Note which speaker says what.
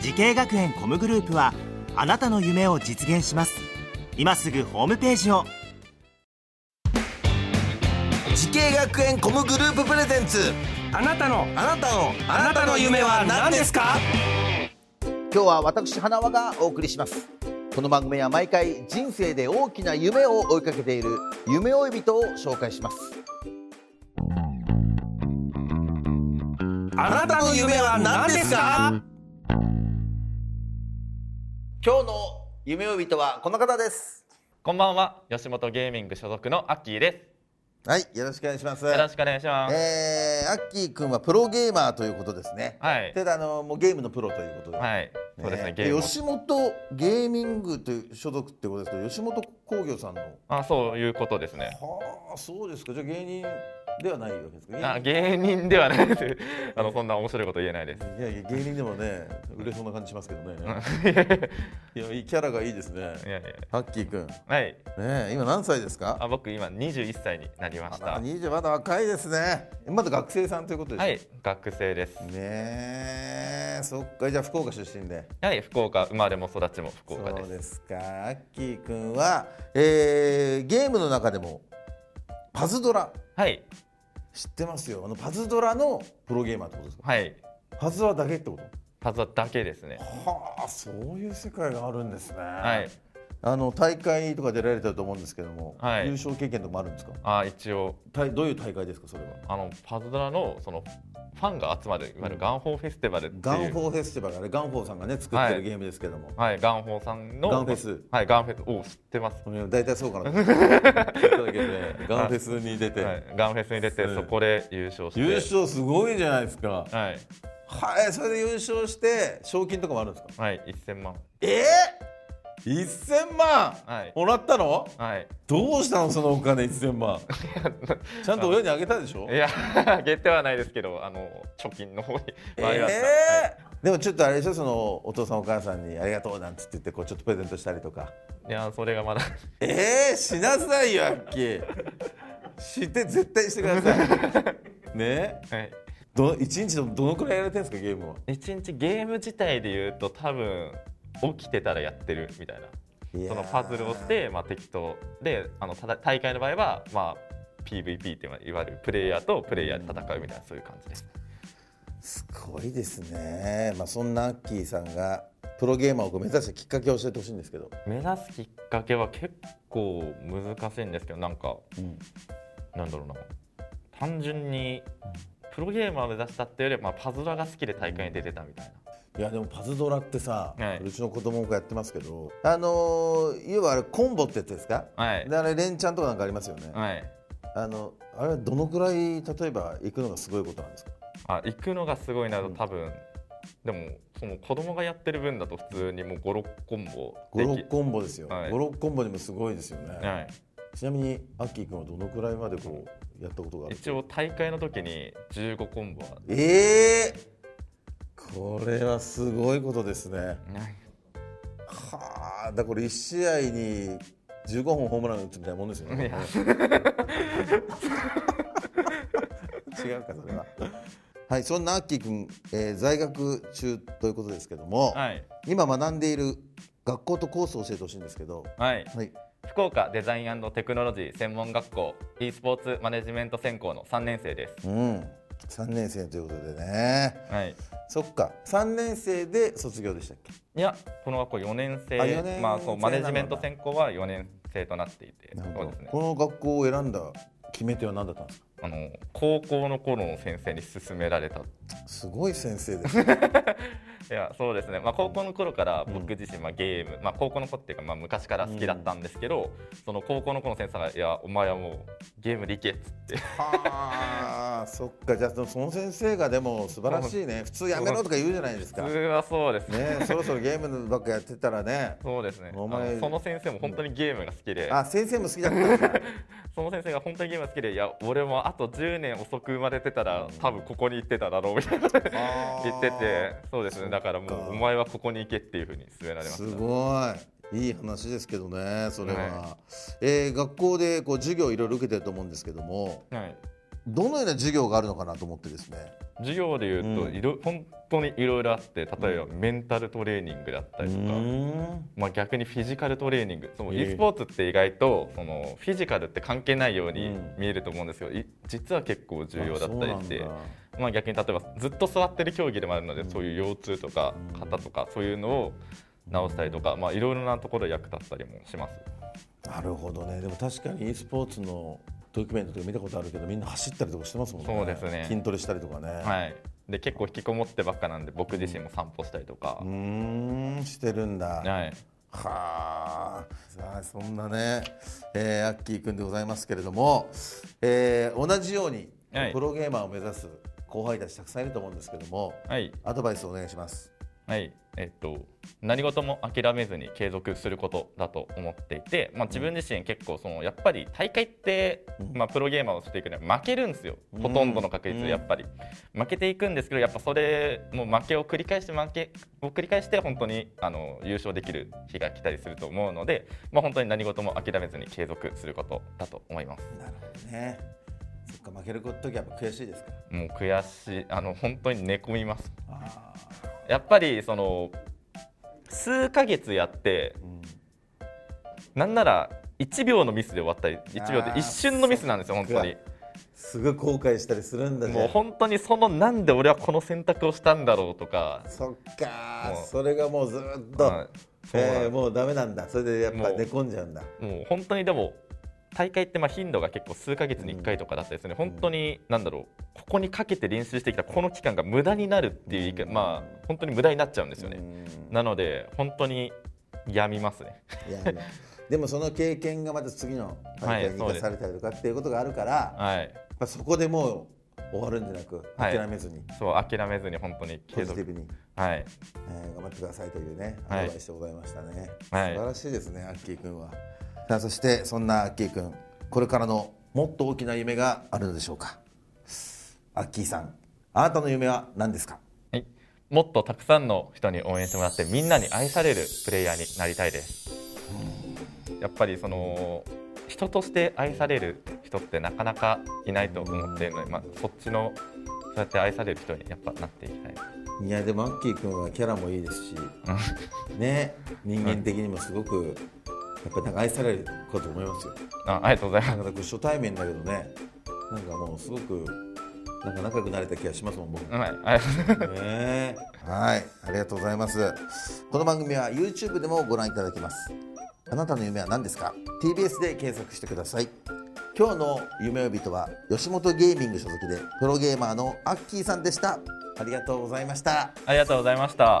Speaker 1: 時系学園コムグループはあなたの夢を実現します今すぐホームページを
Speaker 2: 時系学園コムグループプレゼンツ
Speaker 3: あなたの
Speaker 2: あなたの
Speaker 3: あなたの夢は何ですか
Speaker 2: 今日は私花輪がお送りしますこの番組は毎回人生で大きな夢を追いかけている夢追い人を紹介します
Speaker 3: あなたの夢は何ですか
Speaker 2: 今日の夢追い人はこの方です
Speaker 4: こんばんは吉本ゲーミング所属のアッキーで
Speaker 2: はいよろしくお願いします
Speaker 4: すよろしくお願いします、
Speaker 2: えー、アッキーくんはプロゲーマーということですね
Speaker 4: はい
Speaker 2: ただあのもうゲームのプロということで、
Speaker 4: はいそうですねゲームを
Speaker 2: 吉本ゲーミングという所属ってことですけど吉本興業さんの
Speaker 4: あそういうことですね
Speaker 2: はあそうですかじゃあ芸人ではないわけですか
Speaker 4: あ芸人ではないです あのそんな面白いこと言えないです
Speaker 2: いやいや芸人でもね売れそうな感じしますけど ね。いやいいキャラがいいですね。
Speaker 4: いやいや
Speaker 2: ハッキーくん、ね
Speaker 4: はい
Speaker 2: え今何歳ですか？
Speaker 4: あ僕今21歳になりました
Speaker 2: あ二十まだ若いですね。まだ学生さんということでしょ。
Speaker 4: はい学生です
Speaker 2: ねえそっかじゃあ福岡出身で。
Speaker 4: はい福岡生まれも育ちも福岡です
Speaker 2: そうですか。ハッキーくんは、えー、ゲームの中でもパズドラ
Speaker 4: はい
Speaker 2: 知ってますよ。あのパズドラのプロゲーマーってことですか？
Speaker 4: はい
Speaker 2: パズドラだけってこと？
Speaker 4: パズドラだけですね
Speaker 2: はあそういう世界があるんですね。は
Speaker 4: はい
Speaker 2: あの大会とか出られたと思うんですけども、
Speaker 4: はい
Speaker 2: 優勝経験とかもあるんですか。
Speaker 4: あ一応
Speaker 2: たいどういう大会ですかそれは。
Speaker 4: あのパズドラのそのファンが集まるいわゆるガンホーフェスティバルっていう
Speaker 2: ガンフォーフェスティバルあれガンフォーさんがね作って
Speaker 4: は
Speaker 2: る
Speaker 4: い
Speaker 2: ゲームですけども、
Speaker 4: はいガンホーさんの
Speaker 2: ガンフェス
Speaker 4: はいガンフェスお知ってます
Speaker 2: うん大体そうかなと思 って。言っただけでガンフェスに出て、
Speaker 4: はい、ガンフェスに出て、
Speaker 2: うん
Speaker 4: そこで優勝して
Speaker 2: 優勝すごいじゃないですか。
Speaker 4: はい、
Speaker 2: はいそれで優勝して賞金とかもあるんですか。
Speaker 4: はい、1000万
Speaker 2: ええー、一千万
Speaker 4: はい
Speaker 2: もらったの？
Speaker 4: はい
Speaker 2: どうしたのそのお金一千 万。ちゃんと親にあげたでしょ
Speaker 4: い。や あげてはないですけどあの貯金の方に回りました、
Speaker 2: えーでもちょっとあれでしょそのお父さんお母さんにありがとうなんつって言ってこうちょっとプレゼントしたりとか
Speaker 4: はい、いやそれがまだ
Speaker 2: えー、しなさいよアッキーして絶対してくださ いね
Speaker 4: はい
Speaker 2: ど一日どどのくらいやられてるんですかゲームは
Speaker 4: 一日ゲーム自体で言うと多分起きてたらやってるみたいない
Speaker 2: やー
Speaker 4: そのパズルをして、まあ、適当であのただ大会の場合は、まあ、PVP っていわゆるプレイヤーとプレイヤーで戦うみたいなそういう感じです
Speaker 2: すごいですね、まあ、そんなアッキーさんがプロゲーマーをこう目指したきっかけを教えてほしいんですけど、
Speaker 4: 目指すきっかけは結構難しいんですけどなんかなんだろうな単純にプロゲーマーを目指したっていうよりは、まあ、パズドラが好きで大会に出てたみたい
Speaker 2: いやでもパズドラってさ、
Speaker 4: はいう
Speaker 2: ちの子供もやってますけどあのー、いわばあれコンボってやつですか、
Speaker 4: なはい
Speaker 2: であれ連チャンとかなんかありますよね、
Speaker 4: はい
Speaker 2: あのあれはどのくらい例えば行くのがすごいことなんですか。
Speaker 4: あ行くのがすごいなと多分、でもその子供がやってる分だと普通にもう56コンボ
Speaker 2: 五
Speaker 4: でき
Speaker 2: 六コンボですよ。
Speaker 4: はい
Speaker 2: 五六コンボでもすごいですよね。
Speaker 4: はい
Speaker 2: ちなみにアッキー君はどのくらいまでこうやったことがある。
Speaker 4: 一応大会の時に15コンボは
Speaker 2: ええこれはすごいことですね。
Speaker 4: はい
Speaker 2: はあ、だからこれ一試合に十五本ホームラン打つみたいなもんですよね。違うかそれは。はい、そんなアッキー君、えー、在学中ということですけども、
Speaker 4: はい、
Speaker 2: 今学んでいる学校とコースを教えてほしいんですけど、
Speaker 4: はい、
Speaker 2: はい、
Speaker 4: 福岡デザインテクノロジー専門学校 e スポーツマネジメント専攻の3年生です
Speaker 2: うん、三年生ということでね。
Speaker 4: はい
Speaker 2: そっか、三年生で卒業でしたっけ？
Speaker 4: いや、この学校4年生、
Speaker 2: あ四年
Speaker 4: まあ、
Speaker 2: 生
Speaker 4: そ
Speaker 2: な
Speaker 4: うん
Speaker 2: だ
Speaker 4: マネジメント専攻は4年生となっていて、
Speaker 2: なるほ
Speaker 4: そう
Speaker 2: ど
Speaker 4: ですね
Speaker 2: この学校を選んだ決め手は何だったんですか？
Speaker 4: あの高校の頃の先生に勧められた
Speaker 2: すごい先生ですね。
Speaker 4: いやそうですね、まあ、高校の頃から僕自身、まあ、ゲーム、まあ、高校の子っていうか、まあ、昔から好きだったんですけど、その高校の子の先生が「いやお前はもうゲームでいけ」っつって
Speaker 2: はあ、 そっか、じゃあ、その先生がでも素晴らしいね。普通やめろとか言うじゃないですか。
Speaker 4: 普通
Speaker 2: ね、
Speaker 4: はそうですね
Speaker 2: そろそろゲームばっかやってたらね。
Speaker 4: そうですねあ
Speaker 2: お前
Speaker 4: のその先生も本当にゲームが好きで、
Speaker 2: あ、先生も好きだったんだ。
Speaker 4: その先生が本当にゲームが好きで「いや俺もあと10年遅く生まれてたら多分ここに行ってただろう」みたいな
Speaker 2: あー
Speaker 4: 言っててそうですねだから
Speaker 2: そっか
Speaker 4: もうお前はここに行けっていうふうに勧められますした
Speaker 2: ごい。いい話ですけどね、それは。
Speaker 4: は
Speaker 2: えー学校でこう授業いろいろ受けてると思うんですけども、
Speaker 4: はい
Speaker 2: どのような授業があるのかなと思ってですね。
Speaker 4: 授業でいうと、
Speaker 2: うん
Speaker 4: いろ本当にいろいろあって例えばメンタルトレーニングだったりとか、まあ、逆にフィジカルトレーニングその
Speaker 2: ええ
Speaker 4: e スポーツって意外とそのフィジカルって関係ないように
Speaker 2: うん
Speaker 4: 見えると思うんですけど、い実は結構重要だったり
Speaker 2: あそ
Speaker 4: し
Speaker 2: う
Speaker 4: て
Speaker 2: なんだ
Speaker 4: まあ、逆に例えばずっと座ってる競技でもあるので、
Speaker 2: ん
Speaker 4: そういう腰痛とか
Speaker 2: うん
Speaker 4: 肩とかそういうのを直したりとか、まあ、いろいろなところで役立ったりもします。
Speaker 2: なるほどねでも確かに e スポーツのドキュメントとか見たことあるけどみんな走ったりとかしてますもんね
Speaker 4: そうですね
Speaker 2: 筋トレしたりとかね、
Speaker 4: はい、で結構引きこもってばっかなんで僕自身も散歩したりとか
Speaker 2: う、ーんしてるんだ、
Speaker 4: はい、
Speaker 2: はあさあそんなね、えー、アッキーくんでございますけれども、えー同じように
Speaker 4: はい
Speaker 2: プロゲーマーを目指す後輩たちたくさんいると思うんですけども
Speaker 4: はい
Speaker 2: アドバイスお願いします
Speaker 4: はい、えっと何事も諦めずに継続することだと思っていて、まあ、自分自身結構そのやっぱり大会って、まあ、プロゲーマーをしていくには負けるんですよほとんどの確率
Speaker 2: うん
Speaker 4: でやっぱり、負けていくんですけどやっぱそれもう負けを繰り返して負けを繰り返して本当にあの優勝できる日が来たりすると思うので、まあ、本当に何事も諦めずに継続することだと思います。
Speaker 2: なるほどねそっか負ける時はやっぱ悔しいですか
Speaker 4: もう悔しいあの本当に寝込みます
Speaker 2: あ
Speaker 4: やっぱりその数ヶ月やって
Speaker 2: うん
Speaker 4: なんなら1秒のミスで終わったり1秒で一瞬のミスなんですよ
Speaker 2: あー
Speaker 4: 本当に
Speaker 2: すごい後悔したりするんだね
Speaker 4: もう本当にそのなんで俺はこの選択をしたんだろうとか
Speaker 2: そっか
Speaker 4: もう
Speaker 2: それがもうずーっと、
Speaker 4: はいそうなんです
Speaker 2: えーもうダメなんだそれでやっぱ
Speaker 4: もう
Speaker 2: 寝込んじゃうんだ
Speaker 4: もう本当にでも大会ってまあ頻度が結構数ヶ月に1回とかだったりするので、本当になんだろうここにかけて練習してきたこの期間が無駄になるっていう意見、まあ本当に無駄になっちゃうんですよね、なので本当にやみますね
Speaker 2: いやいやでもその経験がまた次の大会に
Speaker 4: はいそ
Speaker 2: 生か
Speaker 4: うです
Speaker 2: されたりとかっていうことがあるから、
Speaker 4: はい
Speaker 2: やっぱそこでもう終わるんじゃなく
Speaker 4: はい
Speaker 2: 諦めずに、
Speaker 4: そう諦めずに本当に
Speaker 2: ポジティ
Speaker 4: 継続
Speaker 2: ブに、
Speaker 4: はい
Speaker 2: えー頑張ってくださいというねア
Speaker 4: はい
Speaker 2: ドバイスでございましたね、
Speaker 4: はい
Speaker 2: 素晴らしいですねアッキーくんはさあそしてそんなアッキーくんこれからのもっと大きな夢があるのでしょうかアッキーさんあなたの夢は何ですか
Speaker 4: はい、もっとたくさんの人に応援してもらってみんなに愛されるプレイヤーになりたいですやっぱりその人として愛される人ってなかなかいないと思っているので、まあ、そっちのそうやって愛される人にやっぱなっていきたい
Speaker 2: いやでもアッキーくんはキャラもいいですしね人間的にもすごくやっぱりなんか愛されるかと思いますよ
Speaker 4: あありがとうござい
Speaker 2: な
Speaker 4: ま
Speaker 2: んかだから初対面だけどねなんかもうすごくなんか仲良くなれた気がしますもん僕
Speaker 4: す、はい、ありがとうございます
Speaker 2: ねはいありがとうございますこの番組は YouTube でもご覧いただけますあなたの夢は何ですか TBS で検索してください今日の夢呼びとは吉本ゲーミング所属でプロゲーマーのアッキーさんでしたありがとうございました
Speaker 4: ありがとうございました